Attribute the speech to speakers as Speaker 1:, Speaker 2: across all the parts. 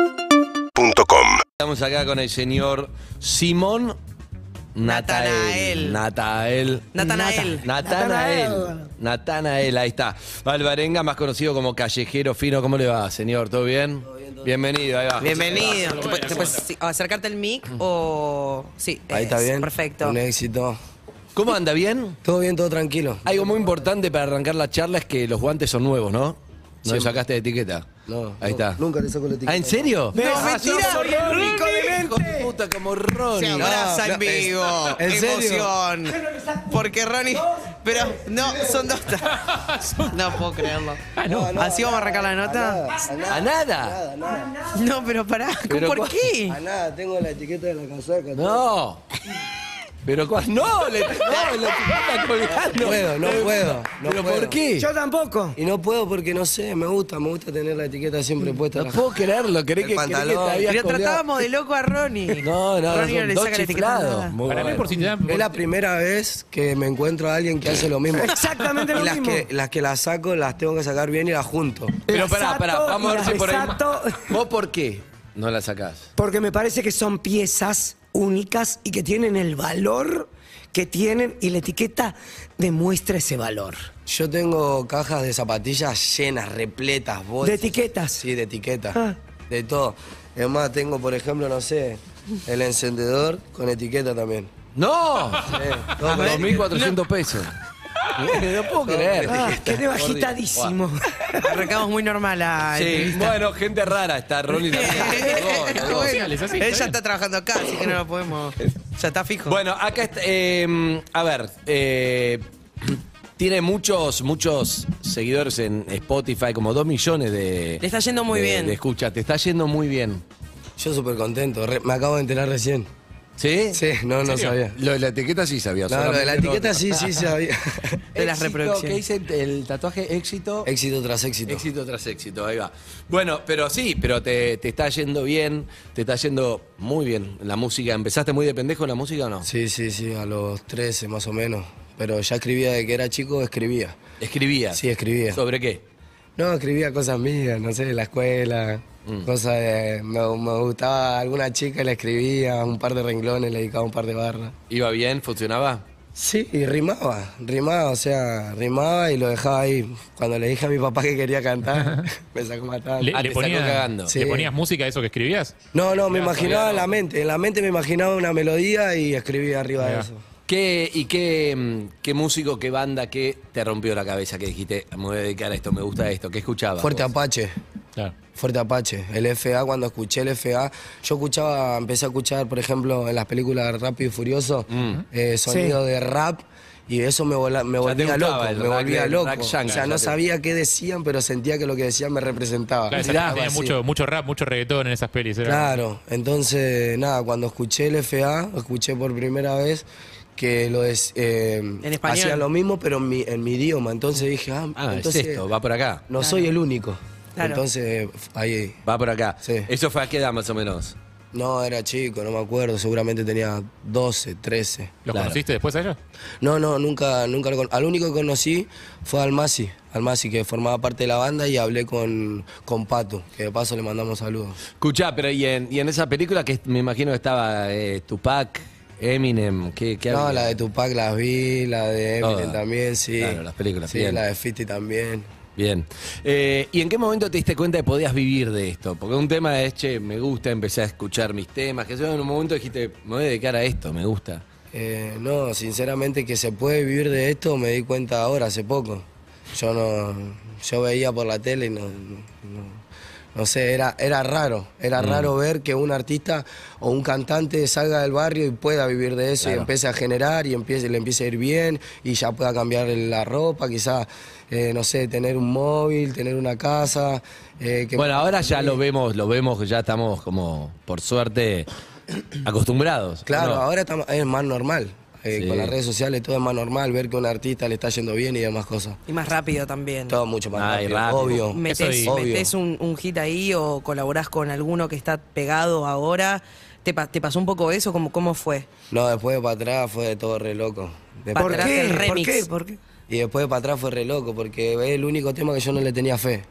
Speaker 1: UrbanaPlayFM.com
Speaker 2: Estamos acá con el señor Simón Natael.
Speaker 3: Natanael.
Speaker 2: Natael.
Speaker 3: Natanael.
Speaker 2: Natanael.
Speaker 4: Natanael.
Speaker 2: Natanael, ahí está. Alvarenga, más conocido como Callejero Fino. ¿Cómo le va, señor? ¿Todo bien? Bienvenido, ahí va.
Speaker 3: Bienvenido. Te pu- te puedes sí, o acercarte al mic o. Sí,
Speaker 4: Ahí está
Speaker 3: es,
Speaker 4: bien.
Speaker 3: Perfecto.
Speaker 4: Un
Speaker 2: e-
Speaker 4: éxito.
Speaker 2: ¿Cómo anda? ¿Bien?
Speaker 4: Todo bien, todo tranquilo.
Speaker 2: Algo muy importante para arrancar la charla es que los guantes son nuevos, ¿no? No le sacaste de etiqueta.
Speaker 4: No,
Speaker 2: Ahí
Speaker 4: no,
Speaker 2: está.
Speaker 4: nunca le saco la etiqueta.
Speaker 2: ¿Ah, en serio?
Speaker 3: No, mentira.
Speaker 2: soy el único demente. Puta, como Ronnie.
Speaker 3: Se abraza
Speaker 4: No,
Speaker 3: en
Speaker 4: no, es-
Speaker 3: vivo.
Speaker 4: ¿En serio?
Speaker 3: Emoción. Porque Ronnie. Pero no, son dos. No puedo creerlo.
Speaker 4: No, no,
Speaker 3: ¿Así vamos a arrancar la nota?
Speaker 4: A nada,
Speaker 2: A nada.
Speaker 4: a nada,
Speaker 3: No, pero pará.
Speaker 2: Pero
Speaker 3: ¿Por
Speaker 2: cuál-
Speaker 3: qué?
Speaker 4: a Ah, nada. Tengo la etiqueta de la casaca. todo.
Speaker 2: No. Pero cua- no, le no, la etiqueta colgando.
Speaker 4: No puedo, no puedo. no
Speaker 2: ¿Pero
Speaker 4: puedo.
Speaker 2: por qué?
Speaker 5: Yo tampoco.
Speaker 4: Y no puedo porque no sé, me gusta, me gusta tener la etiqueta siempre puesta.
Speaker 2: no puedo creerlo, creí
Speaker 4: El
Speaker 2: que, creí que
Speaker 4: pantalón.
Speaker 2: te habías
Speaker 3: Pero
Speaker 2: colgado.
Speaker 3: tratábamos de loco a Ronnie.
Speaker 2: No, no,
Speaker 3: Ronnie
Speaker 2: son
Speaker 3: no le
Speaker 2: dos
Speaker 3: saca la etiqueta.
Speaker 2: chiflados.
Speaker 3: nada.
Speaker 2: Muy
Speaker 6: Para mí,
Speaker 2: bueno.
Speaker 6: por si te dan.
Speaker 4: Es la primera vez que me encuentro a alguien que hace lo mismo.
Speaker 5: Exactamente
Speaker 4: Y
Speaker 5: lo
Speaker 4: las
Speaker 5: mismo.
Speaker 4: que, las que las saco las tengo que sacar bien y las junto.
Speaker 2: Pero pará, pará,
Speaker 5: Exacto,
Speaker 2: vamos a ver si por ahí.
Speaker 5: exacto.
Speaker 2: ¿Vos por qué no la sacás?
Speaker 5: Porque me parece que son piezas únicas y que tienen el valor que tienen y la etiqueta demuestra ese valor.
Speaker 4: Yo tengo cajas de zapatillas llenas, repletas, bolsas.
Speaker 5: ¿De etiquetas?
Speaker 4: Sí, de etiquetas.
Speaker 5: Ah.
Speaker 4: De todo. Es más, tengo, por ejemplo, no sé, el encendedor con etiqueta también.
Speaker 2: ¡No!
Speaker 4: Eh,
Speaker 2: Ah,
Speaker 4: todo con etiqueta.
Speaker 2: 2.400 pesos. No puedo creer.
Speaker 5: Ah, quedé
Speaker 2: Por Dios.
Speaker 5: bajitadísimo.
Speaker 3: Arrancamos muy normal a.
Speaker 2: Sí, bueno, gente rara está, Ronnie también. Los dos, los dos.
Speaker 3: Bueno,
Speaker 6: Sociales, así, está
Speaker 3: Él ya
Speaker 6: bien.
Speaker 3: está trabajando acá, así que no lo podemos. Ya está fijo.
Speaker 2: Bueno, acá está. eh, a ver, eh, tiene muchos, muchos seguidores en Spotify, como 2 millones de.
Speaker 3: Le está yendo muy
Speaker 2: de-
Speaker 3: bien.
Speaker 2: De escucha, te está yendo muy bien.
Speaker 4: Yo súper contento. re- me acabo de enterar recién.
Speaker 2: ¿Sí?
Speaker 4: Sí, no, no sabía.
Speaker 2: Lo de la etiqueta sí sabía.
Speaker 4: No, lo de la
Speaker 2: solamente no-
Speaker 4: etiqueta sí, sí sabía.
Speaker 3: De las
Speaker 2: Éxito,
Speaker 3: reproducciones.
Speaker 2: ¿Qué dice el, el tatuaje? Éxito.
Speaker 4: éxito tras éxito.
Speaker 2: Éxito tras éxito, ahí va. Bueno, pero sí, pero te, te está yendo bien, te está yendo muy bien la música. ¿Empezaste muy de pendejo en la música o no?
Speaker 4: Sí, sí, sí, a los 13 más o menos. Pero ya escribía de que era chico, escribía.
Speaker 2: ¿Escribías?
Speaker 4: Sí, escribía.
Speaker 2: ¿Sobre qué?
Speaker 4: No, escribía cosas mías, no sé, de la escuela, cosas de... Me, me gustaba alguna chica, y le escribía un par de renglones, le dedicaba un par de barras.
Speaker 2: ¿Iba bien? ¿Funcionaba?
Speaker 4: Sí, y rimaba, rimaba, o sea, rimaba y lo dejaba ahí. Cuando le dije a mi papá que quería cantar, me sacó matando.
Speaker 6: Le,
Speaker 2: Ah,
Speaker 6: le
Speaker 2: te sacó
Speaker 6: ponía-
Speaker 2: cagando.
Speaker 4: Sí.
Speaker 6: ¿le ponías música a eso que escribías?
Speaker 4: No, no, me imaginaba en la mente, en la mente me imaginaba una melodía y escribía arriba de eso.
Speaker 2: ¿Qué, ¿Y qué, mm, qué músico, qué banda, qué te rompió la cabeza que dijiste, me voy a dedicar a esto, me gusta esto? ¿Qué escuchabas?
Speaker 4: Fuerte
Speaker 2: vos?
Speaker 4: Apache.
Speaker 6: Claro.
Speaker 4: Fuerte Apache, el FA, cuando escuché el FA, yo escuchaba, empecé a escuchar, por ejemplo, en las películas Rápido y Furioso, eh, sonido de rap, y eso me, vola- me
Speaker 2: Mm. Ya te
Speaker 4: volvía
Speaker 2: gustaba
Speaker 4: loco,
Speaker 2: el
Speaker 4: me
Speaker 2: rap
Speaker 4: volvía
Speaker 2: del
Speaker 4: loco.
Speaker 2: Rack Shankar,
Speaker 4: o sea,
Speaker 2: ya
Speaker 4: no
Speaker 2: te-
Speaker 4: sabía qué decían, pero sentía que lo que decían me
Speaker 2: Ah,
Speaker 4: representaba.
Speaker 6: Claro, esa-
Speaker 4: Algo
Speaker 6: tenía
Speaker 4: así.
Speaker 6: mucho, mucho rap, mucho reggaetón en esas pelis. era-
Speaker 4: Claro, entonces, nada, cuando escuché el FA, escuché por primera vez que lo es, eh,
Speaker 3: español.
Speaker 4: hacía lo mismo, pero en mi, en mi idioma. Entonces dije, ah,
Speaker 2: Ah,
Speaker 4: entonces,
Speaker 2: es esto, va por acá.
Speaker 4: no soy el único.
Speaker 3: Claro.
Speaker 4: Entonces, ahí,
Speaker 2: Va por acá.
Speaker 4: Sí.
Speaker 2: ¿Eso fue a qué edad más o menos?
Speaker 4: No, era chico, no me acuerdo, seguramente tenía 12, 13.
Speaker 6: ¿Los
Speaker 2: Claro.
Speaker 6: conociste después a ellos?
Speaker 4: No, no, nunca, nunca lo con- Al único que conocí fue al Masi, al Masi que formaba parte de la banda y hablé con, con Pato, que de paso le mandamos saludos.
Speaker 2: Escuchá, pero y en, y en esa película que me imagino que estaba eh, Tupac, Eminem, ¿qué, qué
Speaker 4: No,
Speaker 2: había?
Speaker 4: la de Tupac las vi, la de Eminem
Speaker 2: Todas.
Speaker 4: también, sí.
Speaker 2: Claro, las películas,
Speaker 4: Sí,
Speaker 2: bien.
Speaker 4: la de Fifty también.
Speaker 2: Bien. Eh, ¿Y en qué momento te diste cuenta que podías vivir de esto? Porque un tema es, che, me gusta, empecé a escuchar mis temas, que yo en un momento dijiste, me voy a dedicar a esto, me gusta.
Speaker 4: Eh, no, sinceramente que se puede vivir de esto me di cuenta ahora, hace poco. Yo no, yo veía por la tele y no, no, no sé, era, era raro,
Speaker 2: Mm.
Speaker 4: era raro ver que un artista o un cantante salga del barrio y pueda vivir de eso y empiece a generar y empiece, le empiece a ir bien y ya pueda cambiar la ropa, quizás, no sé, tener un móvil, tener una casa. eh, que-
Speaker 2: Bueno, ahora ya lo vemos, lo vemos, ya estamos como, por suerte, acostumbrados. ¿o
Speaker 4: Claro,
Speaker 2: no?
Speaker 4: ahora tam- es más normal. eh,
Speaker 2: Sí.
Speaker 4: Con las redes sociales todo es más normal, ver que a un artista le está yendo bien y demás cosas.
Speaker 3: Y más rápido también.
Speaker 4: Todo mucho más
Speaker 2: Ay,
Speaker 4: rápido,
Speaker 2: Ah, rápido.
Speaker 5: Oh,
Speaker 4: obvio.
Speaker 3: Metés,
Speaker 4: Obvio.
Speaker 3: metés un, un hit ahí o colaborás con alguno que está pegado ahora. ¿Te, pa- te pasó un poco eso? ¿Cómo, cómo fue?
Speaker 4: No, después de para atrás fue todo re loco. Después-
Speaker 3: Para
Speaker 5: ¿Por
Speaker 3: atrás el
Speaker 5: qué? ¿Por
Speaker 3: remix.
Speaker 5: qué? ¿Por qué?
Speaker 4: y después de para atrás fue re loco, porque es el único tema que yo no le tenía fe.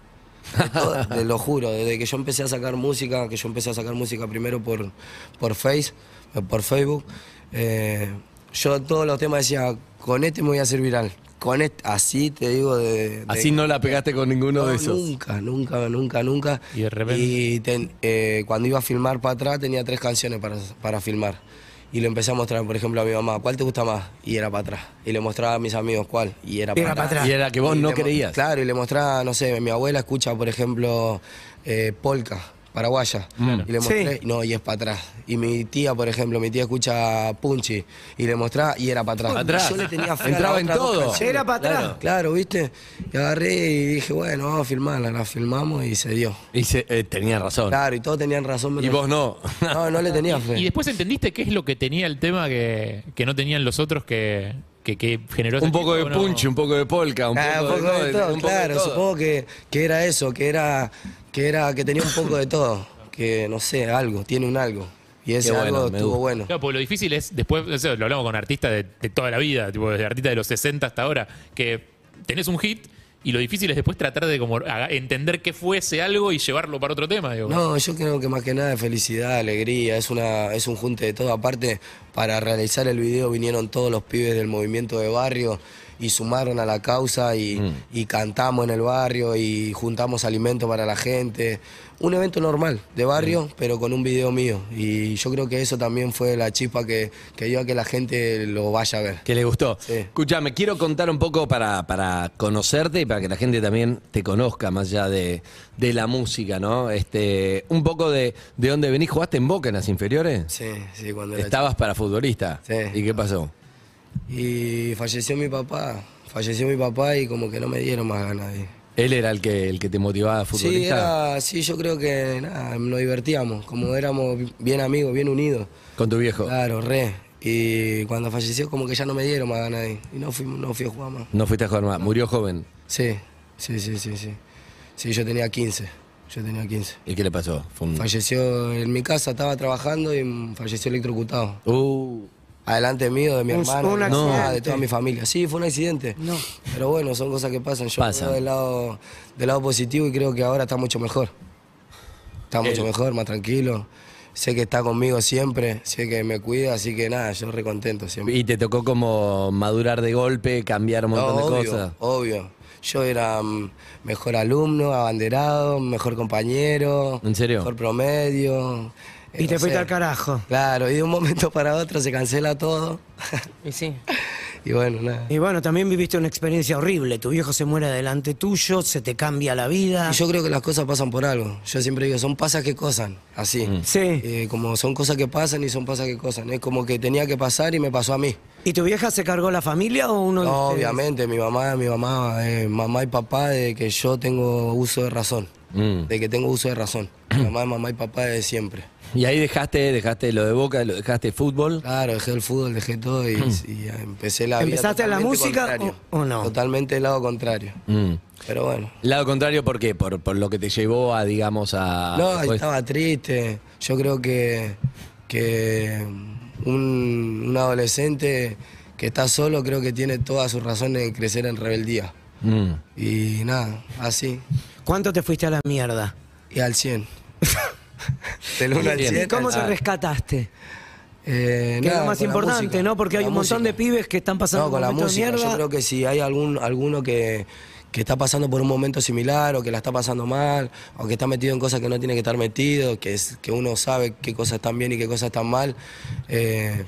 Speaker 4: De todo, te lo juro, desde que yo empecé a sacar música, que yo empecé a sacar música primero por, por, face, eh, por Facebook, eh, yo todos los temas decía, con este me voy a hacer viral. Con este, así te digo de... de-
Speaker 2: Así no la pegaste con ninguno de
Speaker 4: no,
Speaker 2: esos.
Speaker 4: Nunca, nunca, nunca, nunca.
Speaker 6: Y de repente-
Speaker 4: Y ten- eh, cuando iba a filmar para atrás tenía tres canciones para, para filmar. Y le empecé a mostrar, por ejemplo, a mi mamá, ¿cuál te gusta más? Y era para atrás. Y le mostraba a mis amigos, ¿cuál? Y era para
Speaker 5: para
Speaker 4: atrás.
Speaker 5: atrás.
Speaker 2: Y era que vos
Speaker 4: Y
Speaker 2: no
Speaker 4: le mo-
Speaker 2: creías.
Speaker 4: Claro, y le mostraba, no sé, mi abuela escucha, por ejemplo, eh, polka, paraguaya. Y le mostré,
Speaker 5: Sí.
Speaker 4: no, y es para atrás. Y mi tía, por ejemplo, mi tía escucha punchi. Y le mostraba, y era para atrás.
Speaker 2: Pa' atrás.
Speaker 4: Yo le tenía fe a las
Speaker 2: Entraba en
Speaker 4: otras dos
Speaker 2: todo.
Speaker 4: canciones.
Speaker 5: Era pa' atrás.
Speaker 4: Claro. Claro, ¿viste? Y agarré y dije, bueno, vamos a filmarla. La filmamos y se dio.
Speaker 2: Y se- eh, tenía razón.
Speaker 4: Claro, y todos tenían razón.
Speaker 2: Y
Speaker 4: menos-
Speaker 2: vos no.
Speaker 4: No, no le tenía fe.
Speaker 6: Y después entendiste qué es lo que tenía el tema que, que no tenían los otros que, que, que generó ese
Speaker 2: un poco de
Speaker 6: tipo, ¿no?
Speaker 2: punch, un poco de polka, un poco,
Speaker 4: Ah, un poco
Speaker 2: todo,
Speaker 4: de todo,
Speaker 2: un poco de
Speaker 4: claro,
Speaker 2: todo.
Speaker 4: supongo que, que era eso, que era, que era, que tenía un poco de todo, que no sé, algo, tiene un algo. Y ese
Speaker 2: Qué bueno,
Speaker 4: algo
Speaker 2: me
Speaker 4: estuvo
Speaker 2: gusta.
Speaker 4: bueno.
Speaker 6: Claro, porque lo difícil es, después, o sea, lo hablamos con artistas de, de toda la vida, tipo, desde artistas de los 60 hasta ahora, que tenés un hit y lo difícil es después tratar de como aga- entender qué fue ese algo y llevarlo para otro tema. digo.
Speaker 4: No, yo creo que más que nada es felicidad, alegría, es una es un junte de todo. Aparte, para realizar el video vinieron todos los pibes del movimiento de barrio y sumaron a la causa y, y cantamos en el barrio y juntamos alimento para la gente. Un evento normal de barrio, pero con un video mío. Y yo creo que eso también fue la chispa que, que dio a que la gente lo vaya a ver.
Speaker 2: Que le gustó.
Speaker 4: Sí.
Speaker 2: Escuchame, quiero contar un poco para, para conocerte y para que la gente también te conozca más allá de, de la música, ¿no? Este, un poco de, de dónde venís, jugaste en Boca en las inferiores.
Speaker 4: Sí, sí, cuando era
Speaker 2: Estabas para futbolista.
Speaker 4: Sí.
Speaker 2: ¿Y qué pasó?
Speaker 4: chico. Y falleció mi papá, falleció mi papá y como que no me dieron más ganas de ir.
Speaker 2: Él era el que, el que te motivaba futbolista.
Speaker 4: Sí, era, sí, yo creo que nada, nos divertíamos, como éramos bien amigos, bien unidos.
Speaker 2: Con tu viejo.
Speaker 4: Claro, re. Y cuando falleció como que ya no me dieron más ganas de ir. Y no fui, no fui a jugar más.
Speaker 2: No fuiste a jugar más. Murió joven.
Speaker 4: Sí, sí, sí, sí, sí. Sí, yo tenía 15. Yo tenía 15.
Speaker 2: ¿Y qué le pasó? Fue un-
Speaker 4: Falleció en mi casa, estaba trabajando y falleció electrocutado.
Speaker 2: Uh,
Speaker 4: Adelante mío, de mi
Speaker 5: Un-
Speaker 4: hermano,
Speaker 5: un
Speaker 4: de, mi mamá,
Speaker 5: accidente.
Speaker 4: de toda mi familia. Sí, fue un accidente.
Speaker 5: No.
Speaker 4: Pero bueno, son cosas que pasan. Yo
Speaker 2: Pasan.
Speaker 4: lo veo del lado, del lado positivo y creo que ahora está mucho mejor. Está mucho mejor, más tranquilo. Sé que está conmigo siempre, sé que me cuida, así que nada, yo recontento siempre.
Speaker 2: y te tocó como madurar de golpe, cambiar un montón
Speaker 4: No,
Speaker 2: de
Speaker 4: obvio,
Speaker 2: cosas.
Speaker 4: obvio. Yo era mm, mejor alumno, abanderado, mejor compañero.
Speaker 2: ¿En serio?
Speaker 4: Mejor promedio. eh,
Speaker 5: Y te
Speaker 4: no
Speaker 5: fuiste
Speaker 4: sé.
Speaker 5: al carajo.
Speaker 4: Claro, y de un momento para otro se cancela todo.
Speaker 3: Y sí.
Speaker 4: y bueno, nada.
Speaker 5: Y bueno, también viviste una experiencia horrible. Tu viejo se muere delante tuyo, se te cambia la vida.
Speaker 4: Y yo creo que las cosas pasan por algo. Yo siempre digo, son pasas que cosan, así.
Speaker 5: Sí.
Speaker 4: Eh, como son cosas que pasan y son pasas que cosan. Es como que tenía que pasar y me pasó a mí.
Speaker 5: ¿Y tu vieja se cargó la familia o uno de
Speaker 4: No,
Speaker 5: ustedes?
Speaker 4: obviamente, mi mamá, mi mamá, eh, mamá y papá de que yo tengo uso de razón.
Speaker 2: Mm.
Speaker 4: De que tengo uso de razón. Mi mamá, mamá y papá de siempre.
Speaker 2: Y ahí dejaste, dejaste lo de Boca, lo dejaste fútbol.
Speaker 4: Claro, dejé el fútbol, dejé todo y, y empecé la vida
Speaker 5: ¿Empezaste en la
Speaker 4: totalmente
Speaker 5: música
Speaker 4: contrario.
Speaker 5: o- o no?
Speaker 4: Totalmente del lado contrario.
Speaker 2: Mm.
Speaker 4: Pero bueno.
Speaker 2: Lado contrario, ¿por qué? Por, por lo que te llevó a, digamos, a...
Speaker 4: No,
Speaker 2: después-
Speaker 4: estaba triste. Yo creo que, que un, un adolescente que está solo creo que tiene todas sus razones de crecer en rebeldía.
Speaker 2: Mm.
Speaker 4: Y nada, así.
Speaker 5: ¿Cuánto te fuiste a la mierda?
Speaker 4: Y al 100. Del 1 al
Speaker 2: Bien. Ah.
Speaker 4: 100.
Speaker 5: ¿Y cómo te
Speaker 4: al-
Speaker 5: rescataste?
Speaker 4: Eh,
Speaker 5: Que es
Speaker 4: nada,
Speaker 5: lo más
Speaker 4: con la
Speaker 5: importante,
Speaker 4: música,
Speaker 5: ¿no? Porque
Speaker 4: con
Speaker 5: hay
Speaker 4: la
Speaker 5: un montón de
Speaker 4: música.
Speaker 5: pibes que están pasando
Speaker 4: No, con
Speaker 5: un
Speaker 4: la
Speaker 5: momento de
Speaker 4: música.
Speaker 5: mierda.
Speaker 4: Yo creo que si hay algún alguno que, que está pasando por un momento similar o que la está pasando mal o que está metido en cosas que no tiene que estar metido, que, es, que uno sabe qué cosas están bien y qué cosas están mal, eh,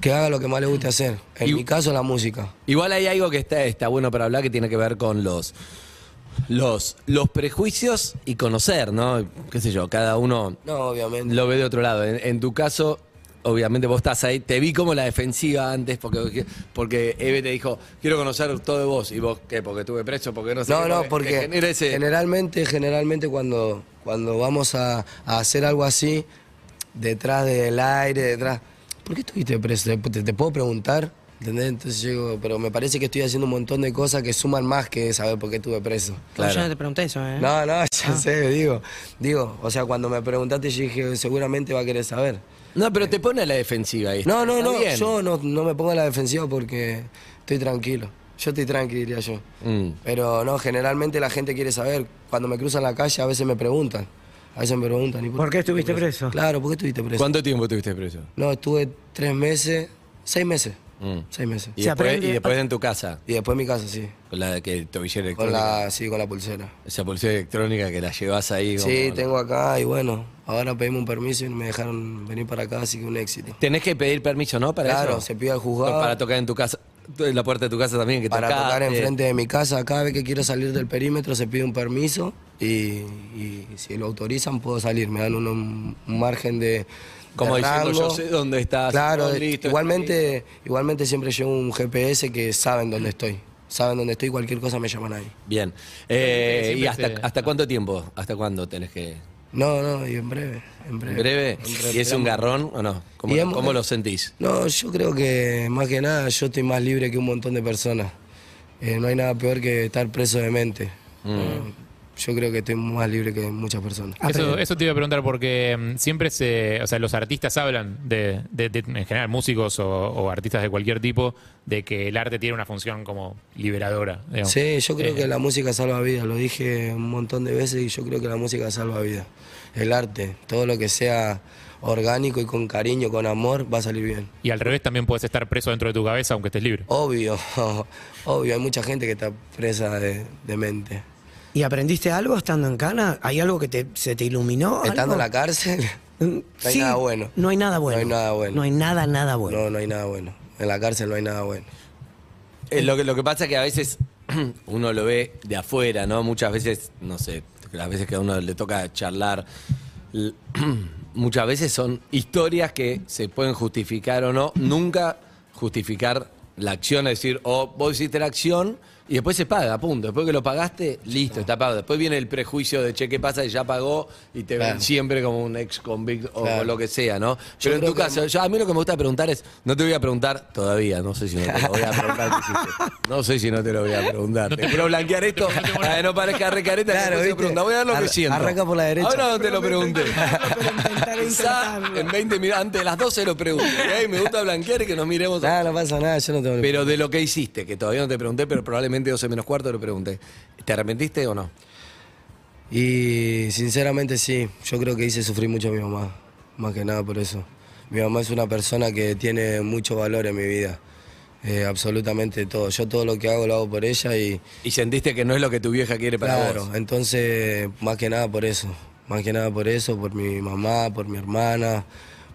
Speaker 4: que haga lo que más le guste hacer. En
Speaker 2: Y-
Speaker 4: mi caso, la música.
Speaker 2: Igual hay algo que está, está bueno para hablar que tiene que ver con los, los, los prejuicios y conocer, ¿no? Qué sé yo, cada uno
Speaker 4: No, obviamente.
Speaker 2: lo ve de otro lado. En, en tu caso, obviamente vos estás ahí, te vi como la defensiva antes porque, porque Eve te dijo, quiero conocer todo de vos. ¿Y vos qué? ¿Porque estuve preso? ¿Porque no sé
Speaker 4: No,
Speaker 2: qué?
Speaker 4: no,
Speaker 2: te
Speaker 4: porque
Speaker 2: genera ese-
Speaker 4: generalmente, generalmente cuando, cuando vamos a, a hacer algo así, detrás del aire, detrás. ¿Por qué estuviste preso? ¿Te, te- te puedo preguntar? ¿Entendés? Entonces yo digo, pero me parece que estoy haciendo un montón de cosas que suman más que saber por qué estuve preso.
Speaker 2: Claro. Ah.
Speaker 3: Yo no te pregunté eso, ¿eh?
Speaker 4: No, no, ya sé, digo. Digo, o sea, cuando me preguntaste, yo dije, seguramente va a querer saber.
Speaker 2: No, pero te pone a la defensiva ahí.
Speaker 4: No, no,
Speaker 2: Está
Speaker 4: no,
Speaker 2: bien.
Speaker 4: yo no, no me pongo a la defensiva porque estoy tranquilo. Yo estoy tranqui, diría yo.
Speaker 2: Mm.
Speaker 4: Pero no, generalmente la gente quiere saber. Cuando me cruzan la calle a veces me preguntan. A veces me preguntan. ¿y
Speaker 5: ¿Por qué estuviste preso?
Speaker 4: Claro, ¿por qué estuviste preso?
Speaker 2: ¿Cuánto tiempo estuviste preso?
Speaker 4: No, estuve tres meses, seis meses.
Speaker 2: Mm.
Speaker 4: Seis meses.
Speaker 2: Y,
Speaker 5: Se
Speaker 2: después,
Speaker 5: aprende-
Speaker 2: y después en tu casa,
Speaker 4: Y después en mi casa, sí.
Speaker 2: con la que tobillera
Speaker 4: Con
Speaker 2: electrónica.
Speaker 4: la, sí, con la pulsera.
Speaker 2: Esa policía electrónica que la llevas ahí. como-
Speaker 4: Sí, tengo acá y bueno, ahora pedimos un permiso y me dejaron venir para acá, así que un éxito.
Speaker 2: Tenés que pedir permiso, ¿no? Para
Speaker 4: Claro,
Speaker 2: eso.
Speaker 4: se pide al juzgado.
Speaker 2: Para tocar en tu casa, en la puerta de tu casa también. Que
Speaker 4: Para
Speaker 2: tocaste.
Speaker 4: tocar enfrente de mi casa, cada vez que quiero salir del perímetro se pide un permiso y, y si lo autorizan puedo salir, me dan un, un margen de...
Speaker 2: Como
Speaker 4: de
Speaker 2: diciendo,
Speaker 4: rango.
Speaker 2: yo sé dónde estás,
Speaker 4: Claro,
Speaker 2: estoy listo,
Speaker 4: igualmente, igualmente siempre llevo un GPS que saben dónde estoy. Saben dónde estoy, cualquier cosa me llaman ahí.
Speaker 2: Bien. Eh,
Speaker 6: Siempre
Speaker 2: ¿Y hasta,
Speaker 6: se-
Speaker 2: hasta cuánto tiempo? ¿Hasta cuándo tenés que.?
Speaker 4: No, no, y en breve. En breve.
Speaker 2: ¿En breve? ¿Y es un garrón o no? ¿Cómo,
Speaker 4: Y hemos-
Speaker 2: cómo lo sentís?
Speaker 4: No, yo creo que más que nada yo estoy más libre que un montón de personas. Eh, no hay nada peor que estar preso de mente.
Speaker 2: Mm.
Speaker 4: Eh, yo creo que estoy más libre que muchas personas.
Speaker 6: Eso, eso te iba a preguntar porque mm, siempre se, o sea, los artistas hablan de, de- de- en general músicos o, o artistas de cualquier tipo, de que el arte tiene una función como liberadora. digamos.
Speaker 4: Sí, yo creo
Speaker 6: Eh,
Speaker 4: que la música salva vidas, lo dije un montón de veces y yo creo que la música salva vidas. El arte, todo lo que sea orgánico y con cariño, con amor, va a salir bien.
Speaker 6: Y al revés también puedes estar preso dentro de tu cabeza aunque estés libre.
Speaker 4: Obvio, obvio, hay mucha gente que está presa de, de mente.
Speaker 5: ¿Y aprendiste algo estando en Cana? ¿Hay algo que te, se te iluminó?
Speaker 4: Estando en la
Speaker 5: ¿Algo?
Speaker 4: cárcel,
Speaker 5: Mm,
Speaker 4: no hay
Speaker 5: sí,
Speaker 4: nada bueno.
Speaker 5: No hay nada
Speaker 4: No
Speaker 5: bueno.
Speaker 4: hay nada bueno.
Speaker 5: No hay nada, nada bueno.
Speaker 4: no, no hay nada bueno. En la cárcel no hay nada bueno.
Speaker 2: Eh, lo, que, lo que pasa es que a veces uno lo ve de afuera, ¿no? Muchas veces, no sé, las veces que a uno le toca charlar, l- muchas veces son historias que se pueden justificar o no. Nunca justificar la acción, es decir, o vos hiciste la acción y después se paga, punto. Después que lo pagaste, listo, está pagado. Después viene el prejuicio de che, ¿qué pasa? Y ya pagó y te
Speaker 4: Claro.
Speaker 2: ven siempre como un ex convicto o
Speaker 4: Claro.
Speaker 2: lo que sea, ¿no? Pero en
Speaker 4: creo
Speaker 2: tu
Speaker 4: que-
Speaker 2: caso, yo- a mí lo que me gusta preguntar es, no te voy a preguntar todavía, no sé si no te lo voy a preguntar. qué hiciste. No sé si no te lo voy a preguntar. te quiero blanquear esto para que no parezca recareta.
Speaker 4: Claro,
Speaker 2: Claro,
Speaker 4: ¿viste?
Speaker 2: pregunta. Voy a ver lo que
Speaker 4: Ar-
Speaker 2: siento.
Speaker 4: arranca por la derecha.
Speaker 2: Ahora no te lo pregunté.
Speaker 5: Pero intentaré
Speaker 2: Quizá
Speaker 5: intentarlo.
Speaker 2: en 20 minutos, antes de las 12 lo pregunto. ¿ok? Me gusta blanquear y que nos miremos.
Speaker 4: Nada, no pasa nada, yo no tengo ni-
Speaker 2: Pero de lo que hiciste, que todavía no te pregunté, pero probablemente 12 menos cuarto lo pregunté. ¿Te arrepentiste o no?
Speaker 4: Y sinceramente sí, yo creo que hice sufrir mucho a mi mamá, más que nada por eso. Mi mamá es una persona que tiene mucho valor en mi vida, eh, absolutamente todo. Yo todo lo que hago lo hago por ella y
Speaker 2: Y sentiste que no es lo que tu vieja quiere para
Speaker 4: claro,
Speaker 2: vos.
Speaker 4: entonces más que nada por eso, más que nada por eso, por mi mamá, por mi hermana,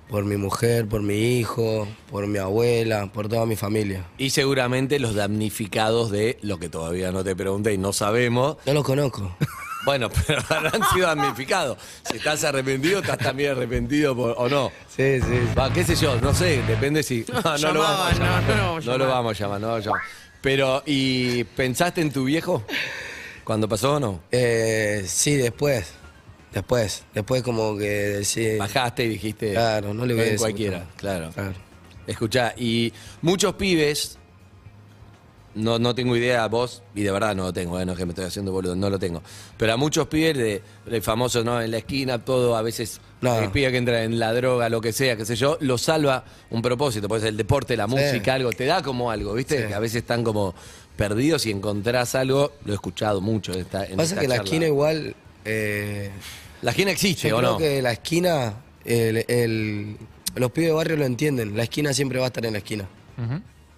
Speaker 4: por mi mujer, por mi hijo, por mi abuela, por toda mi familia.
Speaker 2: Y seguramente los damnificados de lo que todavía no te pregunté y no sabemos.
Speaker 4: No los conozco.
Speaker 2: Bueno, pero habrán sido damnificados. Si estás arrepentido, estás también arrepentido por- o no.
Speaker 4: Sí, sí.
Speaker 2: Va, qué sé yo, no sé, depende si. No, no lo vamos a
Speaker 3: Llamaban,
Speaker 2: llamar.
Speaker 3: no,
Speaker 2: No, lo
Speaker 3: no lo vamos a llamar.
Speaker 2: vamos a llamar, no lo vamos a llamar. Pero, ¿y pensaste en tu viejo? ¿Cuando pasó o no?
Speaker 4: Eh, sí, después, después, después como que sí.
Speaker 2: Bajaste y dijiste.
Speaker 4: Eh, Claro, no le voy a
Speaker 2: "Ven
Speaker 4: decir
Speaker 2: cualquiera,
Speaker 4: mucho más".
Speaker 2: claro.
Speaker 4: Claro.
Speaker 2: Escuchá, y muchos pibes, no, no tengo idea, vos, y de verdad no lo tengo, eh, no es que me estoy haciendo boludo, no lo tengo. Pero a muchos pibes, de, el famoso, ¿no? En la esquina, todo, a veces,
Speaker 4: No.
Speaker 2: el pibe que entra en la droga, lo que sea, qué sé yo, lo salva un propósito, puede ser el deporte, la música, algo, te da como algo, ¿viste?
Speaker 4: Sí.
Speaker 2: Que a veces están como perdidos y encontrás algo, lo he escuchado mucho en esta. en
Speaker 4: Pasa
Speaker 2: esta
Speaker 4: que la
Speaker 2: charla.
Speaker 4: esquina igual. eh,
Speaker 2: La esquina existe,
Speaker 4: yo
Speaker 2: ¿o
Speaker 4: creo
Speaker 2: no?
Speaker 4: que la esquina, el- el- los pibes de barrio lo entienden. La esquina siempre va a estar en la esquina.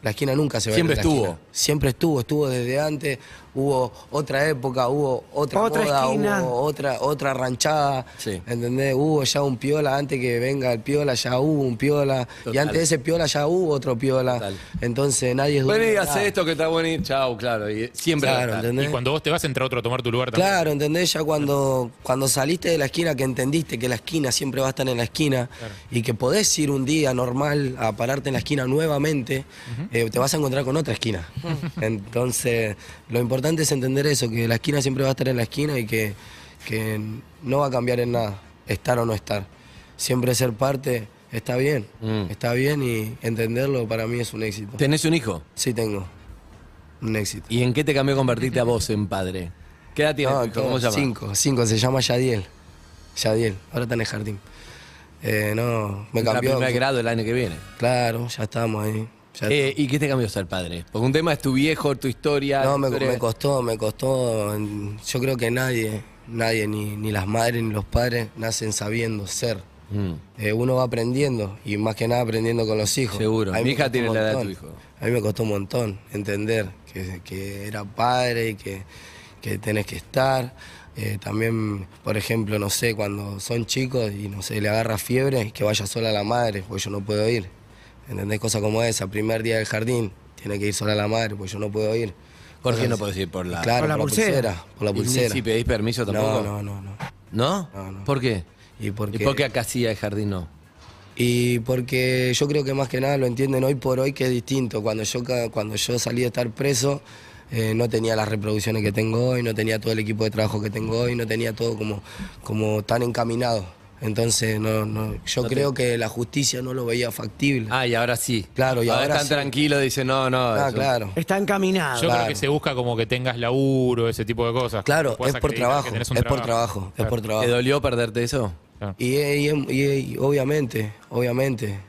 Speaker 4: La esquina nunca se va a ir
Speaker 2: Siempre
Speaker 4: de la
Speaker 2: estuvo.
Speaker 4: esquina. Siempre estuvo, estuvo desde antes. Hubo otra época, hubo otra,
Speaker 5: Otra
Speaker 4: moda,
Speaker 5: esquina.
Speaker 4: hubo otra, otra ranchada.
Speaker 2: Sí.
Speaker 4: ¿Entendés? Hubo ya un piola, antes que venga el piola, ya hubo un piola. Y
Speaker 2: Total.
Speaker 4: antes de ese piola ya hubo otro piola.
Speaker 2: Total.
Speaker 4: Entonces nadie es dueño
Speaker 2: Vení,
Speaker 4: de nada.
Speaker 2: hace esto que está bueno y chao, claro. Y siempre va a
Speaker 4: Claro,
Speaker 2: estar.
Speaker 4: ¿entendés?
Speaker 6: Y cuando vos te vas, entra otro a tomar tu lugar también.
Speaker 4: Claro, ¿entendés? Ya cuando, cuando saliste de la esquina, que entendiste que la esquina siempre va a estar en la esquina y que podés ir un día normal a pararte en la esquina nuevamente, eh, te vas a encontrar con otra esquina. Entonces, lo importante es entender eso, que la esquina siempre va a estar en la esquina y que, que no va a cambiar en nada, estar o no estar. Siempre ser parte está bien, está bien y entenderlo para mí es un éxito.
Speaker 2: ¿Tenés un hijo?
Speaker 4: Sí tengo un éxito.
Speaker 2: ¿Y en qué te cambió convertirte a vos en padre? ¿Qué edad tienes?
Speaker 4: No,
Speaker 2: Víctor? ¿Cómo
Speaker 4: no,
Speaker 2: se llama?
Speaker 4: Cinco, cinco, se llama Yadiel. Yadiel, ahora está en el jardín. Eh, no, me
Speaker 2: La
Speaker 4: cambió.
Speaker 2: primer grado el año que viene.
Speaker 4: Claro, ya estamos ahí. Ya
Speaker 2: Eh, ¿Y qué te cambió ser padre? Porque un tema es tu viejo, tu historia.
Speaker 4: No,
Speaker 2: tu
Speaker 4: me,
Speaker 2: historia-
Speaker 4: me costó, me costó. Yo creo que nadie, nadie, ni, ni las madres ni los padres, nacen sabiendo ser.
Speaker 2: Mm.
Speaker 4: Eh, uno va aprendiendo y más que nada aprendiendo con los hijos.
Speaker 2: Seguro.
Speaker 4: A mí
Speaker 2: Mi
Speaker 4: me
Speaker 2: hija
Speaker 4: costó
Speaker 2: tiene
Speaker 4: un
Speaker 2: la edad de tu
Speaker 4: montón.
Speaker 2: hijo.
Speaker 4: A mí me costó un montón entender que, que era padre y que, que tenés que estar. Eh, también, por ejemplo, no sé, cuando son chicos y no sé, le agarra fiebre, que vaya sola la madre, porque yo no puedo ir. ¿Entendés? Cosas como esa, primer día del jardín, tiene que ir sola la madre, porque yo no puedo ir.
Speaker 2: ¿Por qué
Speaker 4: Cosas
Speaker 2: no
Speaker 4: así.
Speaker 2: podés ir por la.?
Speaker 4: Claro,
Speaker 5: Por la pulsera.
Speaker 4: Por la
Speaker 2: Y ni
Speaker 4: pulsera.
Speaker 2: Si pedís permiso tampoco.
Speaker 4: No, no, no, no.
Speaker 2: ¿No?
Speaker 4: No, no.
Speaker 2: ¿Por qué?
Speaker 4: Y porque,
Speaker 2: ¿Y por qué acá sí hay jardín no?
Speaker 4: y porque yo creo que más que nada lo entienden hoy por hoy que es distinto. Cuando yo, ca- cuando yo salí de estar preso, eh, no tenía las reproducciones que tengo hoy, no tenía todo el equipo de trabajo que tengo hoy, no tenía todo como, como tan encaminado. Entonces, no, no, yo creo que la justicia no lo veía factible.
Speaker 2: Ah, y ahora sí.
Speaker 4: Claro, y ahora
Speaker 2: están
Speaker 4: sí.
Speaker 2: tranquilos, dicen, no, no.
Speaker 4: Ah,
Speaker 2: eso-
Speaker 4: claro.
Speaker 5: Está encaminado.
Speaker 6: Yo creo que se busca como que tengas laburo, ese tipo de cosas.
Speaker 4: Claro,
Speaker 6: que puedas
Speaker 4: es por
Speaker 6: acreditar que
Speaker 4: trabajo, es
Speaker 6: tenés un
Speaker 4: por trabajo, es por
Speaker 2: ¿Te
Speaker 4: trabajo.
Speaker 2: dolió perderte eso?
Speaker 4: Y, eh, y, em- y, eh, y obviamente, obviamente,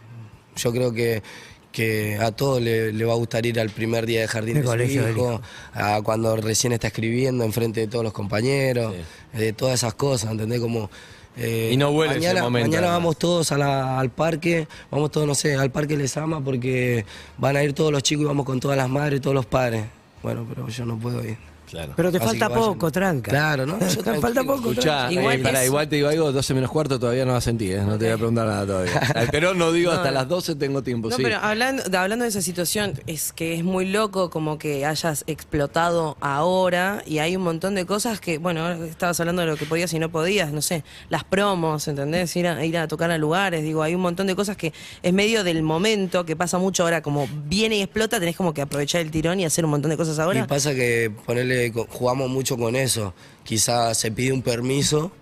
Speaker 4: yo creo que, que a todos le, le va a gustar ir al primer día de jardín
Speaker 5: De
Speaker 4: de su
Speaker 5: colegio del hijo.
Speaker 4: a cuando recién está escribiendo enfrente de todos los compañeros, eh, de todas esas cosas, ¿entendés? Como, eh,
Speaker 2: Y no vuelve ese
Speaker 4: mañana,
Speaker 2: momento,
Speaker 4: Mañana
Speaker 2: además.
Speaker 4: vamos todos a la- al parque, vamos todos, no sé, al parque les ama porque van a ir todos los chicos y vamos con todas las madres y todos los padres. Bueno, pero yo no puedo ir.
Speaker 2: Claro.
Speaker 5: Pero te
Speaker 4: Así
Speaker 5: falta
Speaker 4: que vayan.
Speaker 5: poco, tranca.
Speaker 4: Claro, ¿no? Yo
Speaker 5: Te falta
Speaker 4: tranquilo.
Speaker 5: poco. tranca.
Speaker 2: Escuchá,
Speaker 3: Igual
Speaker 2: igual, pará,
Speaker 3: es-
Speaker 2: igual te digo algo, 12 menos cuarto todavía no vas a sentir, ¿eh? no te voy a preguntar nada todavía. Pero no digo, hasta las 12 tengo tiempo,
Speaker 3: No,
Speaker 2: sí.
Speaker 3: pero hablando, de- hablando de esa situación, es que es muy loco como que hayas explotado ahora y hay un montón de cosas que, bueno, ahora estabas hablando de lo que podías y no podías, no sé, las promos, ¿entendés? Ir a, ir a tocar a lugares, digo, hay un montón de cosas que es medio del momento, que pasa mucho ahora, como viene y explota, tenés como que aprovechar el tirón y hacer un montón de cosas ahora.
Speaker 4: Y pasa que ponerle, jugamos mucho con eso. Quizás se pide un permiso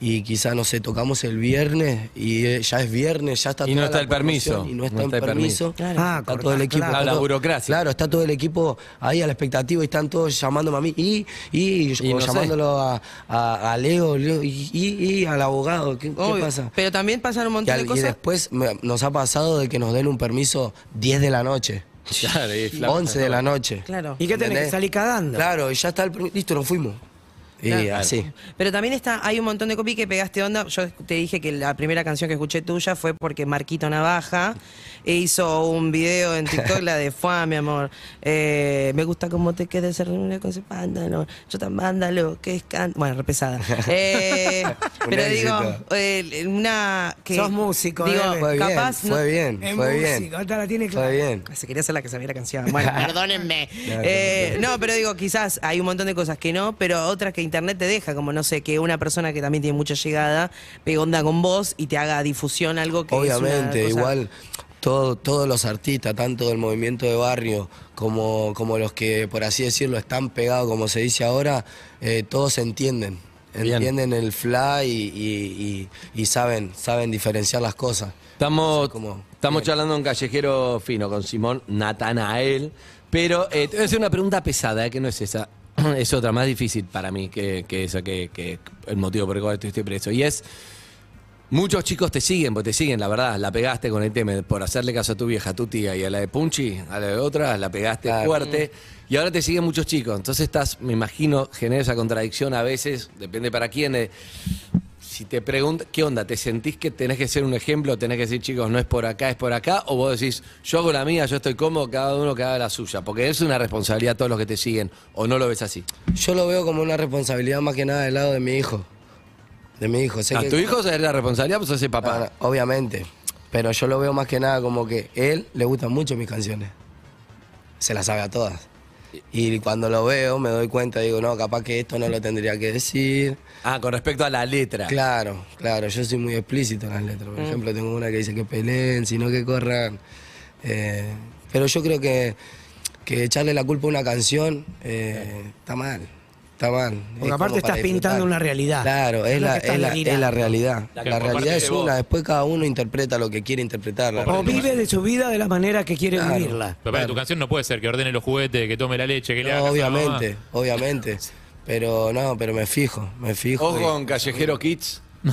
Speaker 4: y quizás, no sé, tocamos el viernes y eh, ya es viernes, ya está
Speaker 2: Y
Speaker 4: toda
Speaker 2: no está
Speaker 4: la
Speaker 2: el permiso.
Speaker 4: promoción Y no está, el permiso.
Speaker 3: Claro.
Speaker 5: Ah,
Speaker 4: Está
Speaker 5: cortás,
Speaker 4: todo el equipo.
Speaker 5: claro.
Speaker 2: Ah,
Speaker 4: está
Speaker 2: la
Speaker 4: todo-
Speaker 2: burocracia.
Speaker 4: Claro, está todo el equipo ahí a la expectativa y están todos llamándome a mí y, y,
Speaker 2: Y
Speaker 4: o
Speaker 2: no sé.
Speaker 4: llamándolo a, a- a Leo, Leo, y, y- y al abogado. ¿Qué, qué
Speaker 3: Obvio,
Speaker 4: pasa?
Speaker 3: Pero también pasan un
Speaker 4: Y,
Speaker 3: montón
Speaker 4: al-
Speaker 3: de
Speaker 4: y
Speaker 3: cosas.
Speaker 4: después me- nos ha pasado de que nos den un permiso 10 de la noche,
Speaker 2: Claro, y flaco.
Speaker 4: 11 de la noche.
Speaker 3: Claro.
Speaker 5: ¿Y qué tenés que
Speaker 4: ¿Entendés?
Speaker 5: salir cagando?
Speaker 4: Claro, y ya está el prim- listo, nos fuimos. Y
Speaker 3: Claro. Eh,
Speaker 4: así.
Speaker 3: Pero también está, hay un montón de copi que pegaste onda. Yo te dije que la primera canción que escuché tuya fue porque Marquito Navaja e hizo un video en TikTok, la de Fua, mi amor. Eh, me gusta cómo te quedes reunido con ese pándalo. Yo tan vándalo, que es can... Bueno, repesada. Eh, pero
Speaker 4: Una
Speaker 3: digo,
Speaker 4: visita.
Speaker 3: eh, una que.
Speaker 5: Sos músico,
Speaker 3: digo,
Speaker 5: bebé.
Speaker 4: Fue bien,
Speaker 3: capaz no-
Speaker 4: fue bien,
Speaker 5: Es
Speaker 4: fue
Speaker 5: músico,
Speaker 4: bien.
Speaker 5: esta la tiene clara.
Speaker 4: Fue bien.
Speaker 3: Se quería hacer la que sabía la canción. Bueno, perdónenme. Eh, no, pero digo, quizás hay un montón de cosas que no, pero otras que internet te deja, como no sé, que una persona que también tiene mucha llegada pegue onda con vos y te haga difusión algo que es una
Speaker 4: Obviamente,
Speaker 3: cosa-
Speaker 4: igual todo- todos los artistas, tanto del movimiento de barrio como, como los que, por así decirlo, están pegados, como se dice ahora, eh, todos entienden.
Speaker 2: Bien.
Speaker 4: Entienden el fly y, y- y- y saben, saben diferenciar las cosas.
Speaker 2: Estamos,
Speaker 4: como-
Speaker 2: estamos charlando en Callejero Fino con Simón Natanael. Pero eh, te voy a hacer una pregunta pesada, eh, que no es esa. Es otra más difícil para mí que, que esa, que, que el motivo por el cual estoy preso. Y es. Muchos chicos te siguen, porque te siguen, la verdad, la pegaste con el tema, por hacerle caso a tu vieja, a tu tía y a la de Punchi, a la de otra, la pegaste
Speaker 4: Claro.
Speaker 2: fuerte. Y ahora te siguen muchos chicos, entonces estás, me imagino, genera esa contradicción a veces, depende para quién. eh, si te preguntan, ¿qué onda? ¿Te sentís que tenés que ser un ejemplo? ¿Tenés que decir, chicos, no es por acá, es por acá? ¿O vos decís, yo hago la mía, yo estoy cómodo, cada uno que haga la suya? Porque es una responsabilidad a todos los que te siguen, ¿o no lo ves así?
Speaker 4: Yo lo veo como una responsabilidad más que nada del lado de mi hijo. De mi hijo. Sé
Speaker 2: a
Speaker 4: que-
Speaker 2: Ah, tu hijo es la responsabilidad, pues ese papá.
Speaker 4: Ah, obviamente. Pero yo lo veo más que nada como que él le gustan mucho mis canciones. Se las sabe a todas. Y cuando lo veo me doy cuenta, digo, no, capaz que esto no lo tendría que decir.
Speaker 2: Ah, con respecto a la letra.
Speaker 4: Claro, claro, yo soy muy explícito en las letras. Por ejemplo, tengo una que dice que peleen, sino que corran. Eh, pero yo creo que, que echarle la culpa a una canción eh, está mal. Está mal.
Speaker 5: Porque
Speaker 4: Es
Speaker 5: aparte
Speaker 4: como para
Speaker 5: estás pintando una realidad.
Speaker 4: Claro,
Speaker 5: Es
Speaker 4: es,
Speaker 5: lo
Speaker 4: la,
Speaker 5: que estás
Speaker 4: es la- es la
Speaker 5: delirando.
Speaker 4: realidad.
Speaker 2: La
Speaker 4: La,
Speaker 2: que por
Speaker 4: realidad
Speaker 2: parte
Speaker 4: es
Speaker 2: de vos.
Speaker 4: una, después cada uno interpreta lo que quiere interpretar. la
Speaker 5: O
Speaker 4: realidad.
Speaker 5: vive de su vida de la manera que quiere
Speaker 4: Claro.
Speaker 5: vivirla.
Speaker 6: Pero para tu canción no puede ser que ordene los juguetes, que tome la leche, que le
Speaker 4: No,
Speaker 6: haga caso a la mamá.
Speaker 4: obviamente, obviamente. Pero no, pero me fijo, me fijo.
Speaker 2: Ojo con Callejero Kids, Eh,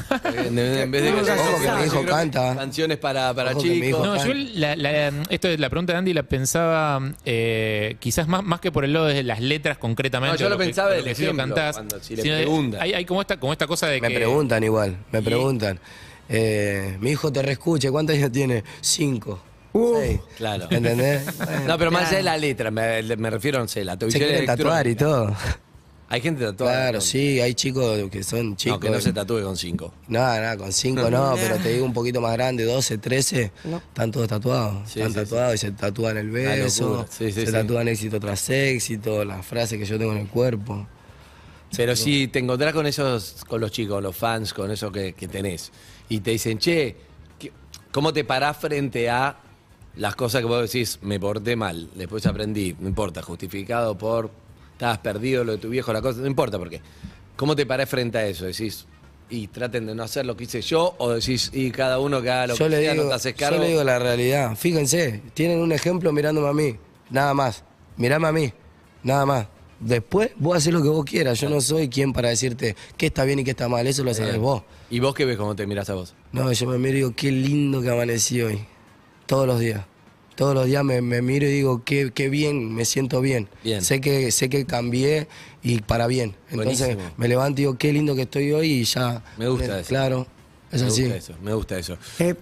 Speaker 2: En en vez de
Speaker 5: Ojo,
Speaker 2: canciones-
Speaker 5: que mi
Speaker 4: hijo
Speaker 2: yo creo que
Speaker 4: canta.
Speaker 2: Canciones para, para
Speaker 4: Ojo, que mi
Speaker 2: chicos.
Speaker 4: hijo-
Speaker 6: No, yo la, la- esto es la pregunta de Andy la pensaba eh, quizás más, más que por el lado de las letras concretamente.
Speaker 2: No, yo
Speaker 6: o
Speaker 2: lo
Speaker 6: que-
Speaker 2: pensaba
Speaker 6: o
Speaker 2: del
Speaker 6: que sí lo
Speaker 2: ejemplo,
Speaker 6: cantás,
Speaker 2: cuando si le
Speaker 6: sino de-
Speaker 2: preguntan.
Speaker 6: Hay, hay como, esta, como esta cosa de
Speaker 4: Me
Speaker 6: que...
Speaker 4: preguntan igual, me
Speaker 6: Y-
Speaker 4: preguntan. Eh, mi hijo te reescuche, ¿cuántos años tiene? Cinco. Seis.
Speaker 2: Claro.
Speaker 4: ¿Entendés?
Speaker 2: No, pero más allá de la letra, me, me refiero, no sé, la
Speaker 4: Se
Speaker 2: televisión
Speaker 4: quieren tatuar y
Speaker 2: electrónica.
Speaker 4: todo.
Speaker 2: Hay gente tatuada.
Speaker 4: Claro,
Speaker 2: con-
Speaker 4: sí, hay chicos que son
Speaker 2: No,
Speaker 4: chicos.
Speaker 2: que no se tatúe con cinco.
Speaker 4: Nada, nada, con 5 no, pero te digo un poquito más grande, 12, 13, están todos tatuados.
Speaker 2: Sí,
Speaker 4: están
Speaker 2: sí,
Speaker 4: tatuados y se tatúan el
Speaker 2: Una
Speaker 4: beso,
Speaker 2: locura. Sí, sí,
Speaker 4: se
Speaker 2: sí.
Speaker 4: tatúan éxito tras éxito, las frases que yo tengo en el cuerpo.
Speaker 2: Pero si te encontrás con esos, con los chicos, los fans, con esos que, que tenés, y te dicen, che, ¿qué- ¿cómo te parás frente a las cosas que vos decís, me porté mal, después aprendí, no importa, justificado por, estabas perdido, lo de tu viejo, la cosa, no importa por qué. ¿Cómo te parás frente a eso? Decís, y traten de no hacer lo que hice yo, o decís, y cada uno que haga lo
Speaker 4: Yo
Speaker 2: que
Speaker 4: le,
Speaker 2: sea, no
Speaker 4: digo,
Speaker 2: te haces
Speaker 4: yo
Speaker 2: cargo.
Speaker 4: le digo la realidad, fíjense, tienen un ejemplo mirándome a mí, nada más, mirame a mí, nada más. Después vos haces lo que vos quieras, yo no soy quien para decirte qué está bien y qué está mal, eso lo sabés vos.
Speaker 2: ¿Y vos qué ves cuando te mirás a vos?
Speaker 4: No, yo me miro y digo, qué lindo que amanecí hoy. Todos los días. Todos los días me, me miro y digo, qué, qué bien, me siento bien.
Speaker 2: Bien.
Speaker 4: Sé, que, sé que cambié y para bien. Entonces
Speaker 2: Buenísimo.
Speaker 4: me levanto y digo, qué lindo que estoy hoy y ya. Eh,
Speaker 2: Me gusta eso.
Speaker 4: Claro, es
Speaker 2: me
Speaker 4: así.
Speaker 2: gusta eso, me gusta eso.
Speaker 5: Eh,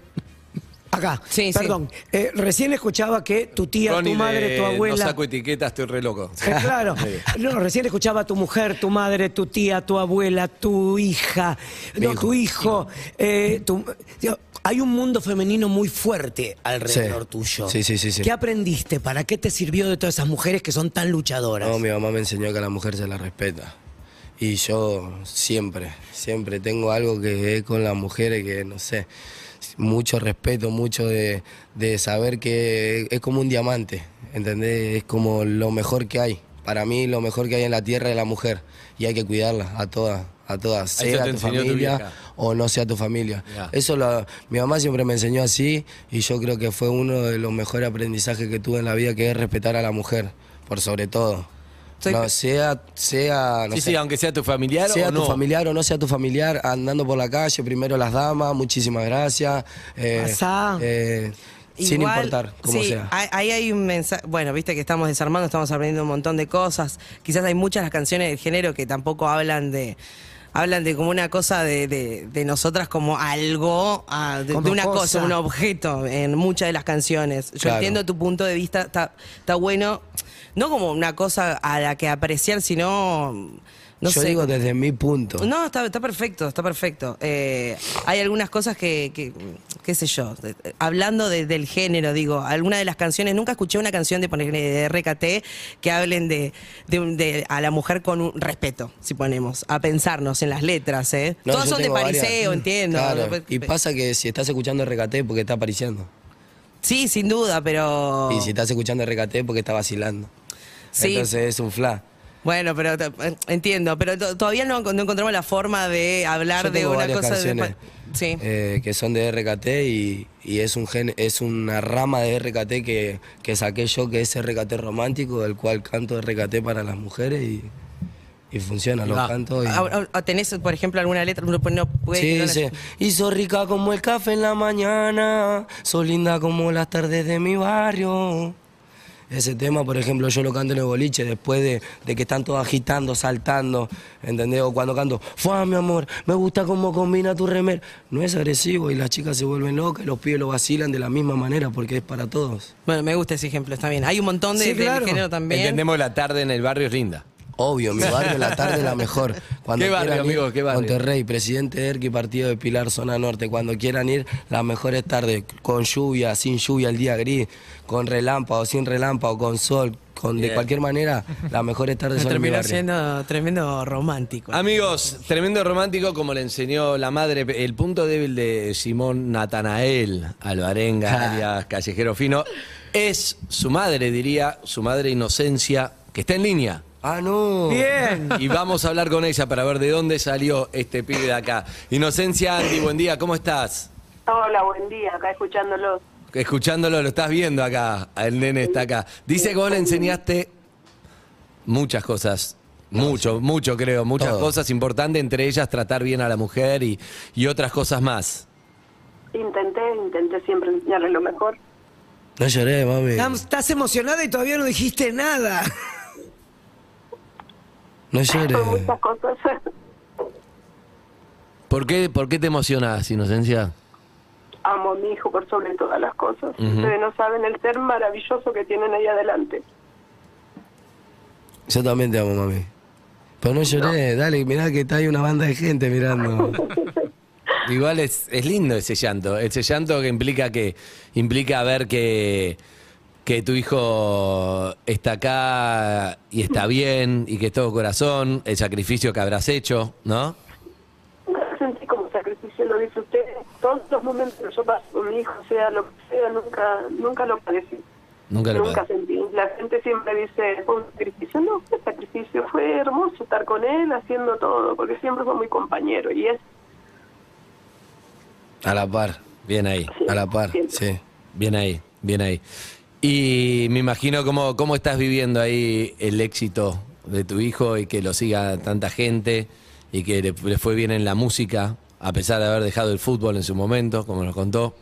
Speaker 5: acá,
Speaker 3: Sí, sí.
Speaker 5: perdón. Eh, recién escuchaba que tu tía,
Speaker 2: Ronnie
Speaker 5: tu madre,
Speaker 2: de
Speaker 5: tu
Speaker 2: No
Speaker 5: abuela.
Speaker 2: saco etiquetas, estoy re loco.
Speaker 5: Eh, Claro, no, recién escuchaba a tu mujer, tu madre, tu tía, tu abuela, tu hija, no, tu hijo. eh, tu- digo, hay un mundo femenino muy fuerte alrededor
Speaker 4: Sí.
Speaker 5: tuyo.
Speaker 4: Sí, sí, sí, sí.
Speaker 5: ¿Qué aprendiste? ¿Para qué te sirvió de todas esas mujeres que son tan luchadoras?
Speaker 4: No, mi mamá me enseñó que a la mujer se la respeta. Y yo siempre, siempre tengo algo que es con las mujeres que, no sé, mucho respeto, mucho de, de saber que es como un diamante, ¿entendés? Es como lo mejor que hay. Para mí, lo mejor que hay en la tierra es la mujer. Y hay que cuidarla, a todas, a todas.
Speaker 2: Eso
Speaker 4: Sea
Speaker 2: te
Speaker 4: tu
Speaker 2: enseñó tu
Speaker 4: familia
Speaker 2: vieja.
Speaker 4: o no sea tu familia.
Speaker 2: Ya.
Speaker 4: Eso lo- mi mamá siempre me enseñó así y yo creo que fue uno de los mejores aprendizajes que tuve en la vida, que es respetar a la mujer, por sobre todo.
Speaker 3: Estoy-
Speaker 4: No, sea, sea, no
Speaker 2: sí,
Speaker 4: sé,
Speaker 2: sí, aunque sea tu familiar
Speaker 4: sea
Speaker 2: o no.
Speaker 4: tu familiar o no sea tu familiar, andando por la calle, primero las damas, muchísimas gracias. eh,
Speaker 5: Pasá.
Speaker 4: eh, sin
Speaker 3: Igual,
Speaker 4: importar, como
Speaker 3: sí,
Speaker 4: sea.
Speaker 3: hay- Ahí hay un mensaje. Bueno, viste que estamos desarmando, estamos aprendiendo un montón de cosas. Quizás hay muchas las canciones del género que tampoco hablan de. Hablan de como una cosa de, de- de nosotras como algo, ah, de,
Speaker 5: Como
Speaker 3: de una cosa.
Speaker 5: cosa.
Speaker 3: un objeto en muchas de las canciones. Yo
Speaker 4: Claro.
Speaker 3: entiendo tu punto de vista, está, está bueno, no como una cosa a la que apreciar, sino, no
Speaker 4: yo
Speaker 3: sé,
Speaker 4: digo desde mi punto.
Speaker 3: no, está, está perfecto, está perfecto. Eh, hay algunas cosas que, que, qué sé yo, de- de- hablando de- del género, digo, alguna de las canciones, nunca escuché una canción de, ponerle de RKT que hablen de, de un- de- a la mujer con un respeto, si ponemos, a pensarnos en las letras, ¿eh?
Speaker 4: No,
Speaker 3: Todas
Speaker 4: yo
Speaker 3: son de
Speaker 4: tengo varias.
Speaker 3: pariseo, entiendo.
Speaker 4: Claro,
Speaker 3: No, pues, pe-
Speaker 4: Y
Speaker 3: pe-
Speaker 4: pasa que si estás escuchando recate porque está apareciendo.
Speaker 3: Sí, sin duda, pero...
Speaker 4: Y si estás escuchando recate porque está vacilando.
Speaker 3: Oh. Sí.
Speaker 4: Entonces es un fla.
Speaker 3: Bueno, pero te- eh, entiendo, pero to- todavía no, no encontramos la forma de hablar
Speaker 4: Yo
Speaker 3: de
Speaker 4: tengo
Speaker 3: una
Speaker 4: varias
Speaker 3: cosa de...
Speaker 4: canciones,
Speaker 3: pa- Sí.
Speaker 4: eh, que son de RKT y, y es, un gen- es una rama de RKT que, que saqué yo, que es RKT romántico, del cual canto RKT para las mujeres y, y funciona, lo
Speaker 2: Ah.
Speaker 4: canto. Y,
Speaker 3: Ah, ah, ¿Tenés, por ejemplo, alguna letra? No, no puede-
Speaker 4: Sí,
Speaker 3: no la-
Speaker 4: dice, hizo rica como el café en la mañana, soy linda como las tardes de mi barrio. Ese tema, por ejemplo, yo lo canto en el boliche después de, de que están todos agitando, saltando, ¿entendés? O cuando canto, fue mi amor, me gusta cómo combina tu remer. No es agresivo y las chicas se vuelven locas y los pibes lo vacilan de la misma manera porque es para todos.
Speaker 3: Bueno, me gusta ese ejemplo, está bien. Hay un montón de,
Speaker 5: Sí,
Speaker 3: del
Speaker 5: claro.
Speaker 3: género también.
Speaker 2: Entendemos la tarde en el barrio es linda.
Speaker 4: Obvio, mi barrio en la tarde es la mejor. Cuando
Speaker 2: ¿Qué barrio,
Speaker 4: quieran ir,
Speaker 2: amigo? ¿Qué barrio?
Speaker 4: Monterrey, presidente Erqui, partido de Pilar, zona norte. Cuando quieran ir, las mejores tardes. Con lluvia, sin lluvia, el día gris. Con relámpago, sin relámpago, con sol. Con, de cualquier manera, las mejores tardes son en mi
Speaker 3: Terminó
Speaker 4: barrio.
Speaker 3: siendo tremendo romántico.
Speaker 2: Amigos, tremendo romántico como le enseñó la madre, el punto débil de Simón Natanael Alvarenga, alias Callejero Fino, es su madre, diría, su madre Inocencia, que está en línea.
Speaker 4: Ah, no.
Speaker 5: Bien.
Speaker 2: Y vamos a hablar con ella para ver de dónde salió este pibe de acá. Inocencia Andy, buen día, ¿cómo estás?
Speaker 1: Hola, buen día, acá escuchándolos.
Speaker 2: Escuchándolo, lo estás viendo acá, el nene está acá. Dice que vos le enseñaste muchas cosas Mucho, mucho creo, muchas
Speaker 4: Todo.
Speaker 2: cosas importantes, entre ellas tratar bien a la mujer y, y otras cosas más.
Speaker 1: Intenté, intenté siempre enseñarle lo mejor.
Speaker 4: No lloré, mami.
Speaker 5: Cam, Estás emocionada y todavía no dijiste nada.
Speaker 4: No llores.
Speaker 3: Ah,
Speaker 1: Son muchas cosas.
Speaker 2: ¿Por qué, por qué te emocionás, Inocencia?
Speaker 1: Amo a mi hijo por sobre todas las cosas. Ustedes no saben el ser maravilloso que tienen ahí adelante.
Speaker 4: Yo también te amo, mami. Pero no lloré, dale, mirá que está ahí una banda de gente mirando.
Speaker 2: Igual es, es lindo ese llanto, ese llanto que implica que implica ver que, que tu hijo está acá y está bien y que es todo corazón, el sacrificio que habrás hecho, ¿no?
Speaker 1: No lo sentí como sacrificio, lo dice usted. Todos los momentos que yo paso con mi hijo, sea lo que sea, nunca, nunca lo padecí.
Speaker 2: Nunca lo
Speaker 1: Nunca
Speaker 2: puedo.
Speaker 1: sentí. La gente siempre dice, fue un sacrificio. No, fue sacrificio. Fue hermoso estar con él haciendo todo, porque siempre fue muy compañero. Y es
Speaker 4: A la par,
Speaker 2: Bien ahí,
Speaker 4: a la par, sí.
Speaker 2: bien ahí, bien ahí. Y me imagino cómo, cómo estás viviendo ahí el éxito de tu hijo y que lo siga tanta gente y que le, le fue bien en la música, a pesar de haber dejado el fútbol en su momento, como nos contó.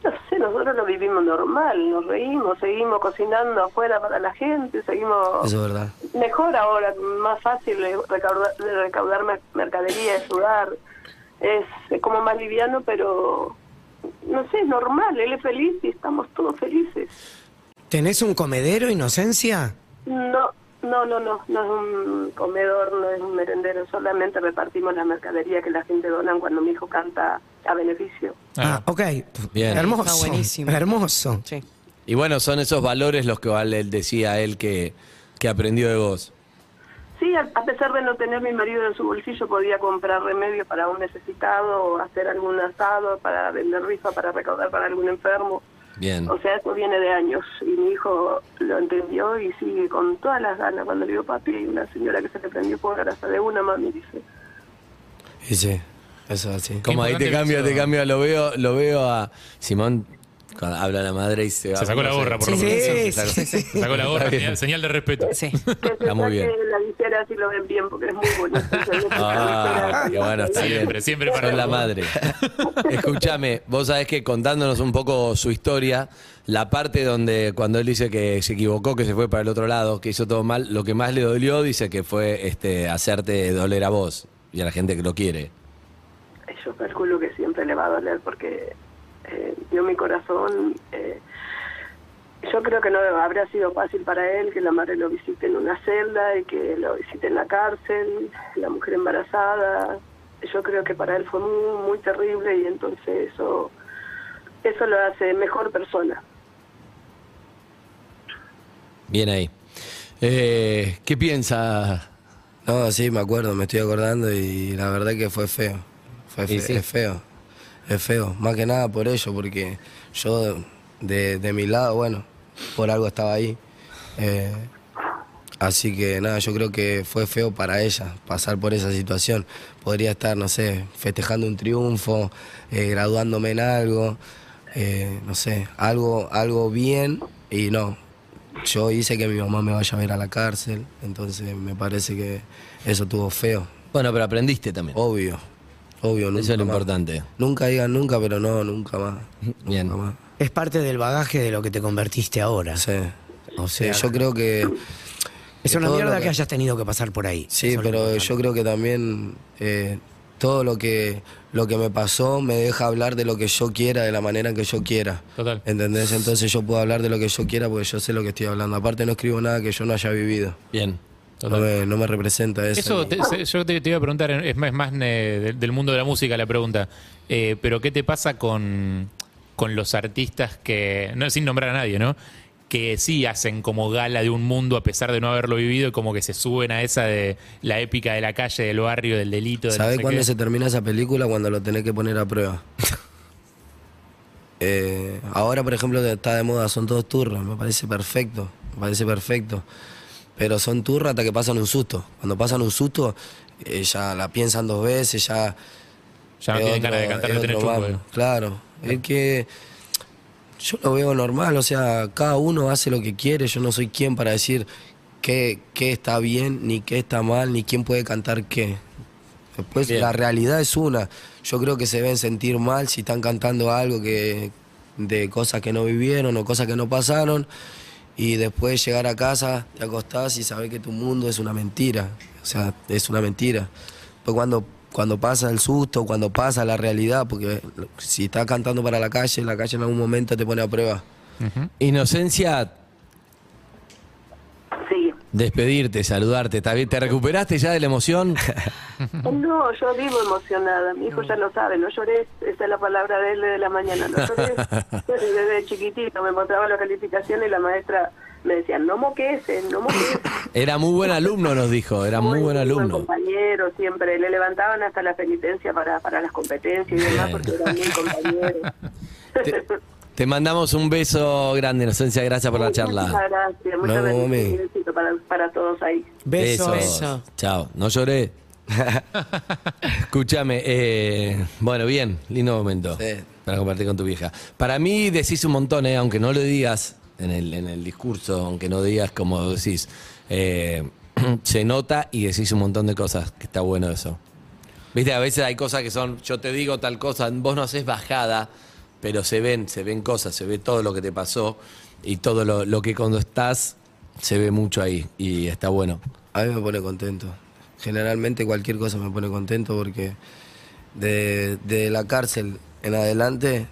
Speaker 1: No sé, nosotros lo vivimos normal, nos reímos, seguimos cocinando afuera para la gente, seguimos...
Speaker 4: Eso es verdad.
Speaker 1: Mejor ahora, más fácil de recaudar, de recaudar mer- mercadería, de sudar. Es eh, como más liviano, pero... No sé, es normal, él es feliz y estamos todos felices.
Speaker 5: ¿Tenés un comedero, Inocencia?
Speaker 1: No, no, no, no, no es un comedor, no es un merendero, solamente repartimos la mercadería que la gente dona cuando mi hijo canta a beneficio.
Speaker 5: Ah, ok.
Speaker 2: Bien.
Speaker 5: Hermoso.
Speaker 3: Está buenísimo.
Speaker 5: Hermoso.
Speaker 3: Sí.
Speaker 2: Y bueno, son esos valores los que vale- él decía él que, que aprendió de vos.
Speaker 1: Sí, a, a pesar de no tener mi marido en su bolsillo, podía comprar remedios para un necesitado o hacer algún asado para vender rifa, para recaudar para algún enfermo.
Speaker 2: Bien.
Speaker 1: O sea, eso viene de años y mi hijo lo entendió y sigue con todas las ganas. Cuando le digo, papi, hay una señora que se te prendió por grasa de una, mami, dice.
Speaker 4: Y sí, eso es así.
Speaker 2: Como ahí te
Speaker 6: importante
Speaker 2: cambio,
Speaker 6: que
Speaker 2: te
Speaker 6: eso-
Speaker 2: cambio, lo veo, lo veo a Simón cuando habla la madre y se va.
Speaker 6: Se sacó la
Speaker 2: no sé,
Speaker 6: gorra, por lo
Speaker 5: Sí,
Speaker 6: menos.
Speaker 2: se
Speaker 5: sí,
Speaker 2: sacó-
Speaker 5: sí, sí.
Speaker 6: Se sacó la gorra,
Speaker 2: Está bien.
Speaker 6: señal, señal de respeto.
Speaker 3: Sí.
Speaker 1: Que se
Speaker 2: Está muy bien.
Speaker 1: saque la visera si lo ven bien, porque es muy bonito.
Speaker 2: Ah, qué bueno, está bien.
Speaker 6: Siempre, siempre para
Speaker 2: Sos la
Speaker 6: vos.
Speaker 2: madre. Escúchame, vos sabés que contándonos un poco su historia, la parte donde cuando él dice que se equivocó, que se fue para el otro lado, que hizo todo mal, lo que más le dolió dice que fue este hacerte doler a vos y a la gente que lo quiere.
Speaker 1: Yo calculo que siempre le va a doler porque eh, yo mi corazón, eh, yo creo que no habría sido fácil para él que la madre lo visite en una celda y que lo visite en la cárcel, la mujer embarazada. Yo creo que para él fue muy, muy terrible y entonces eso, eso lo hace mejor persona.
Speaker 2: Bien ahí. Eh, ¿Qué piensa?
Speaker 4: No, sí, me acuerdo, me estoy acordando y la verdad que fue feo. Fue
Speaker 2: Y
Speaker 4: fe-
Speaker 2: sí.
Speaker 4: Es feo, es feo. Más que nada por ello, porque yo de, de mi lado, bueno, por algo estaba ahí. Eh, así que nada, yo creo que fue feo para ella pasar por esa situación. Podría estar, no sé, festejando un triunfo, eh, graduándome en algo, eh, no sé, algo, algo bien y no, yo hice que mi mamá me vaya a ver a la cárcel, entonces me parece que eso tuvo feo.
Speaker 2: Bueno, pero aprendiste también.
Speaker 4: Obvio, obvio, nunca
Speaker 2: Eso es lo
Speaker 4: más.
Speaker 2: importante.
Speaker 4: Nunca digan nunca, pero no, nunca más. Nunca
Speaker 2: Bien.
Speaker 4: más.
Speaker 5: Es parte del bagaje de lo que te convertiste ahora.
Speaker 4: Sí.
Speaker 5: O
Speaker 4: Sí,
Speaker 5: sea,
Speaker 4: yo creo que.
Speaker 5: es una
Speaker 4: todo
Speaker 5: mierda
Speaker 4: lo
Speaker 5: que...
Speaker 4: que-
Speaker 5: hayas tenido que pasar por ahí.
Speaker 4: Sí,
Speaker 5: Eso es lo
Speaker 4: pero
Speaker 5: importante.
Speaker 4: yo creo que también eh, todo lo que, lo que me pasó me deja hablar de lo que yo quiera, de la manera en que yo quiera.
Speaker 6: Total.
Speaker 4: ¿Entendés? Entonces yo puedo hablar de lo que yo quiera porque yo sé lo que estoy hablando. Aparte, no escribo nada que yo no haya vivido.
Speaker 2: Bien.
Speaker 4: No me, no me representa eso.
Speaker 6: Eso te- se- yo te, te iba a preguntar, es más, es más eh, del, del mundo de la música la pregunta, Eh, pero ¿qué te pasa con, con los artistas que, no sin nombrar a nadie, ¿no? Que sí hacen como gala de un mundo a pesar de no haberlo vivido y como que se suben a esa de la épica de la calle, del barrio, del delito. del no
Speaker 4: ¿Sabés
Speaker 6: sé
Speaker 4: cuándo
Speaker 6: qué?
Speaker 4: se termina esa película? Cuando lo tenés que poner a prueba. Eh, ahora, por ejemplo, está de moda, son todos turros, me parece perfecto, me parece perfecto. Pero son turros hasta que pasan un susto. Cuando pasan un susto, eh, ya la piensan dos veces, ya...
Speaker 6: Ya no
Speaker 4: es
Speaker 6: tienen
Speaker 4: otro-
Speaker 6: ganas de cantar,
Speaker 4: es
Speaker 6: no tienen
Speaker 4: otro
Speaker 6: chumbo.
Speaker 4: mambo.
Speaker 6: eh.
Speaker 4: Claro, es que yo lo veo normal, o sea, cada uno hace lo que quiere, yo no soy quien para decir qué, qué está bien, ni qué está mal, ni quién puede cantar qué. Después
Speaker 2: Bien.
Speaker 4: la realidad es una. Yo creo que se deben sentir mal si están cantando algo que de cosas que no vivieron o cosas que no pasaron y después llegar a casa, te acostás y sabes que tu mundo es una mentira. O sea, es una mentira. Pues cuando cuando pasa el susto, cuando pasa la realidad, porque si estás cantando para la calle, la calle en algún momento te pone a prueba.
Speaker 2: Inocencia,
Speaker 1: Sí.
Speaker 2: despedirte, saludarte. ¿Está bien? ¿Te recuperaste ya de la emoción?
Speaker 1: No, yo vivo emocionada. Mi hijo ya lo sabe, no lloré. Esa es la palabra de él de la mañana. No lloré. Desde chiquitito me mostraba las calificaciones y la maestra me decía, no moques, eh, no moques.
Speaker 2: Era muy buen alumno, nos dijo. Era muy buen alumno.
Speaker 1: compañero siempre. Le levantaban hasta la penitencia para, para las competencias y demás porque era muy compañero.
Speaker 2: Te, te mandamos un beso grande, Inocencia. Gracias por la charla.
Speaker 1: Muchas gracias. Muchas
Speaker 4: No,
Speaker 1: gracias.
Speaker 4: mami.
Speaker 1: Un besito para, para todos ahí.
Speaker 5: Besos.
Speaker 3: Beso.
Speaker 2: Chao. No lloré. Escúchame. eh, bueno, bien. Lindo momento.
Speaker 4: Sí.
Speaker 2: Para compartir con tu vieja. Para mí decís un montón, eh, aunque no lo digas en el, en el discurso, aunque no digas como decís. eh, se nota y decís un montón de cosas. Que está bueno eso. Viste, a veces hay cosas que son, yo te digo tal cosa, vos no haces bajada, pero se ven, se ven cosas, se ve todo lo que te pasó y todo lo, lo que cuando estás se ve mucho ahí y está bueno.
Speaker 4: A mí me pone contento. Generalmente cualquier cosa me pone contento porque de, de la cárcel en adelante,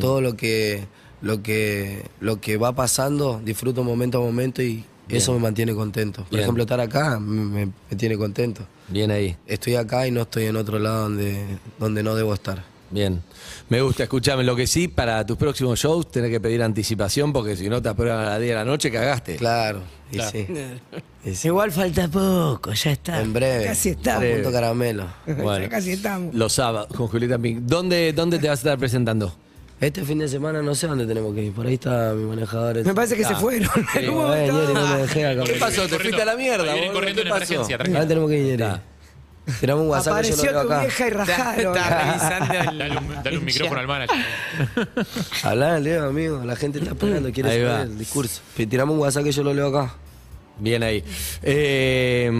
Speaker 4: todo lo que, lo que, lo que va pasando, disfruto momento a momento y eso me mantiene contento. Por
Speaker 2: Bien.
Speaker 4: ejemplo, estar acá me, me- me tiene contento.
Speaker 2: Bien ahí,
Speaker 4: Estoy acá y no estoy en otro lado donde, donde no debo estar.
Speaker 2: bien. Me gusta, escuchame, lo que sí, para tus próximos shows tenés que pedir anticipación porque si no te aprueban a las 10 de la noche, cagaste.
Speaker 4: Claro, y sí. Y sí.
Speaker 5: Igual falta poco, ya está.
Speaker 4: En breve.
Speaker 5: Casi estamos.
Speaker 4: A punto caramelo.
Speaker 2: Bueno.
Speaker 5: Ya casi estamos.
Speaker 2: Los sábados, con Julieta Pink. ¿Dónde, ¿Dónde te vas a estar presentando?
Speaker 4: Este fin de semana no sé dónde tenemos que ir. Por ahí está mi manejador. este,
Speaker 5: Me parece que se fueron.
Speaker 4: que no lo dejé acá.
Speaker 2: ¿Qué pasó? ¿Te fuiste a la mierda?
Speaker 6: Vienen
Speaker 2: boludo?
Speaker 6: corriendo
Speaker 2: ¿Qué
Speaker 6: en
Speaker 2: pasó?
Speaker 6: emergencia,
Speaker 4: Ahora
Speaker 6: tranquilo.
Speaker 4: tenemos que ir.
Speaker 2: Está.
Speaker 4: Tiramos un WhatsApp que yo lo
Speaker 5: Apareció
Speaker 4: veo
Speaker 5: tu
Speaker 4: acá.
Speaker 5: vieja y
Speaker 3: Está,
Speaker 5: rajaron.
Speaker 3: está revisando el-
Speaker 6: Dale un, dale un micrófono al manager.
Speaker 4: Hablá, Leo, amigo. La gente está esperando, quiere
Speaker 2: Ahí
Speaker 4: saber
Speaker 2: va.
Speaker 4: el discurso. Pi- Tiramos un WhatsApp que yo lo leo acá.
Speaker 2: Bien ahí. Eh,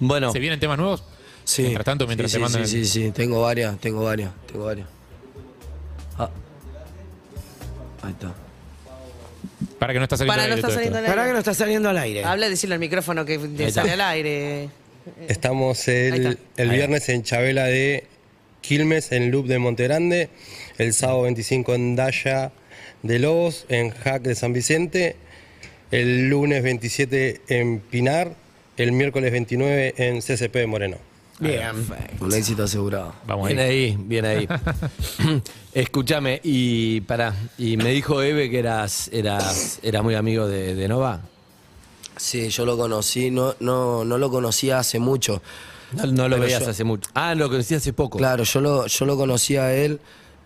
Speaker 2: bueno,
Speaker 6: ¿Se vienen temas nuevos?
Speaker 4: Sí.
Speaker 6: Mientras tanto, mientras
Speaker 4: sí,
Speaker 6: te
Speaker 4: sí,
Speaker 6: mandan
Speaker 4: Sí,
Speaker 6: el-
Speaker 4: sí, sí. Tengo varias, tengo varias, tengo varias. Ah. Ahí está.
Speaker 6: Para que no está saliendo
Speaker 3: Para
Speaker 6: al
Speaker 3: no
Speaker 6: aire
Speaker 3: estar
Speaker 6: todo
Speaker 3: saliendo
Speaker 6: esto.
Speaker 3: al
Speaker 5: Pará que
Speaker 3: aire.
Speaker 5: no está saliendo al aire.
Speaker 3: Habla, decirle al micrófono que te
Speaker 2: está.
Speaker 3: sale al aire.
Speaker 7: Estamos
Speaker 3: Ahí
Speaker 7: el,
Speaker 3: está.
Speaker 7: el viernes en Chabela de Quilmes, en Loop de Monterande. El sábado 25 en Daya de Lobos, en Hack de San Vicente. El lunes 27 en Pinar. El miércoles 29 en CCP de Moreno.
Speaker 5: Bien.
Speaker 4: Un éxito asegurado.
Speaker 6: Vamos
Speaker 2: Bien
Speaker 6: ahí.
Speaker 2: ahí, bien ahí. Escúchame, y pará, y me dijo Eve que eras, eras, eras muy amigo de, de Nova.
Speaker 4: Sí, yo lo conocí, no, no, no lo conocía hace mucho.
Speaker 2: No, no lo
Speaker 4: Pero
Speaker 2: veías
Speaker 4: yo-
Speaker 2: hace mucho. Ah, lo conocí hace poco.
Speaker 4: Claro, yo lo, yo lo conocí a él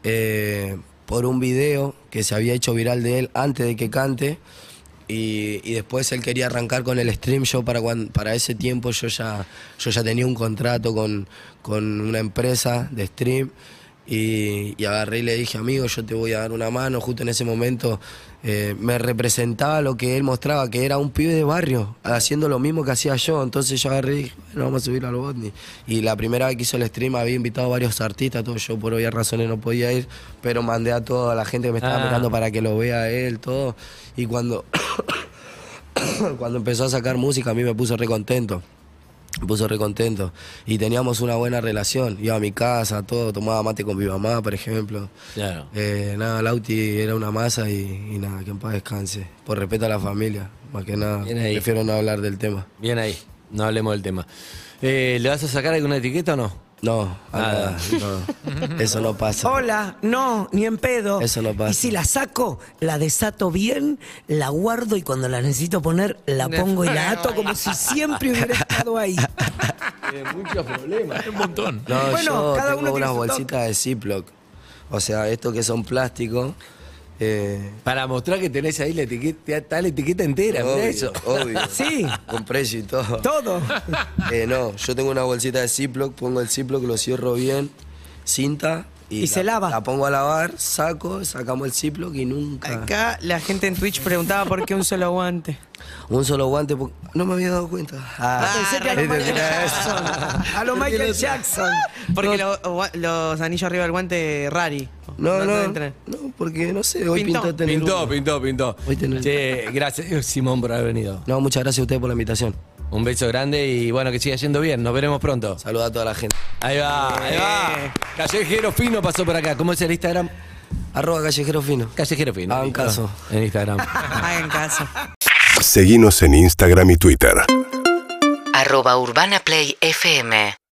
Speaker 4: eh, por un video que se había hecho viral de él antes de que cante. Y, y después él quería arrancar con el stream. Yo para, cuan- para ese tiempo yo ya, yo ya tenía un contrato con, con una empresa de stream. Y, y agarré y le dije, amigo, yo te voy a dar una mano. Justo en ese momento eh, me representaba lo que él mostraba, que era un pibe de barrio, haciendo lo mismo que hacía yo. Entonces yo agarré y dije, bueno, vamos a subirlo al Botni. Y la primera vez que hizo el stream había invitado a varios artistas, todo yo por obvias razones no podía ir, pero mandé a toda la gente que me estaba
Speaker 2: Ah.
Speaker 4: mirando para que lo vea él, todo. Y cuando, cuando empezó a sacar música a mí me puso re contento. Me puso re contento. Y teníamos una buena relación. Iba a mi casa, todo, tomaba mate con mi mamá, por ejemplo.
Speaker 2: Claro.
Speaker 4: Eh, nada, Lauti era una masa y, y nada, que en paz descanse. Por respeto a la familia, más que nada.
Speaker 2: Bien ahí.
Speaker 4: Prefiero no hablar del tema.
Speaker 2: Bien ahí. No hablemos del tema. Eh, ¿Le vas a sacar alguna etiqueta o no?
Speaker 4: No, a
Speaker 2: Nada.
Speaker 4: nada, no. Eso no pasa.
Speaker 5: Hola, no, ni en pedo.
Speaker 4: Eso no pasa.
Speaker 5: Y si la saco, la desato bien, la guardo y cuando la necesito poner, la pongo y la ato como si siempre hubiera estado ahí.
Speaker 2: muchos problemas.
Speaker 6: Un montón.
Speaker 4: No,
Speaker 5: Bueno,
Speaker 4: yo
Speaker 5: cada uno
Speaker 4: tengo
Speaker 5: tiene
Speaker 4: unas
Speaker 5: su
Speaker 4: bolsitas de Ziploc. O sea, estos que son plásticos. Eh,
Speaker 2: Para mostrar que tenés ahí la etiqueta, está la etiqueta entera, mirá
Speaker 4: obvio,
Speaker 2: eso.
Speaker 4: obvio.
Speaker 5: Sí.
Speaker 4: Con precio y todo.
Speaker 5: Todo.
Speaker 4: Eh, no, yo tengo una bolsita de Ziploc, pongo el Ziploc, lo cierro bien, cinta. Y,
Speaker 5: Y se lava.
Speaker 4: La pongo a lavar, saco, sacamos el Ziploc y nunca.
Speaker 3: Acá la gente en Twitch preguntaba por qué un solo guante.
Speaker 4: Un solo guante, porque no me había dado cuenta. Ah,
Speaker 8: Pensé que a lo
Speaker 4: ¿viste?
Speaker 8: Michael
Speaker 4: Tenía
Speaker 8: Jackson.
Speaker 4: eso.
Speaker 8: A lo Michael Jackson.
Speaker 3: Porque lo- gua- los anillos arriba del guante, rari.
Speaker 4: No,
Speaker 3: te
Speaker 4: no,
Speaker 3: entran.
Speaker 4: no, porque no sé, hoy
Speaker 3: Pintó.
Speaker 4: pintó tener
Speaker 2: Pintó,
Speaker 4: uno.
Speaker 2: pintó, pintó.
Speaker 4: Hoy tenés-
Speaker 2: Che, gracias eh, Simón por haber venido.
Speaker 4: No, muchas gracias a ustedes por la invitación.
Speaker 2: Un beso grande y bueno, que siga yendo bien. Nos veremos pronto.
Speaker 4: Saluda a toda la gente.
Speaker 2: Ahí va, ahí
Speaker 4: Eh.
Speaker 2: va. Callejero Fino pasó por acá. ¿Cómo es el Instagram?
Speaker 4: Arroba Callejero Fino.
Speaker 2: Callejero Fino.
Speaker 4: Hagan
Speaker 2: listo.
Speaker 4: caso.
Speaker 2: En Instagram.
Speaker 3: Hagan caso.
Speaker 9: Seguinos en Instagram y Twitter.
Speaker 7: arroba Urbana Play FM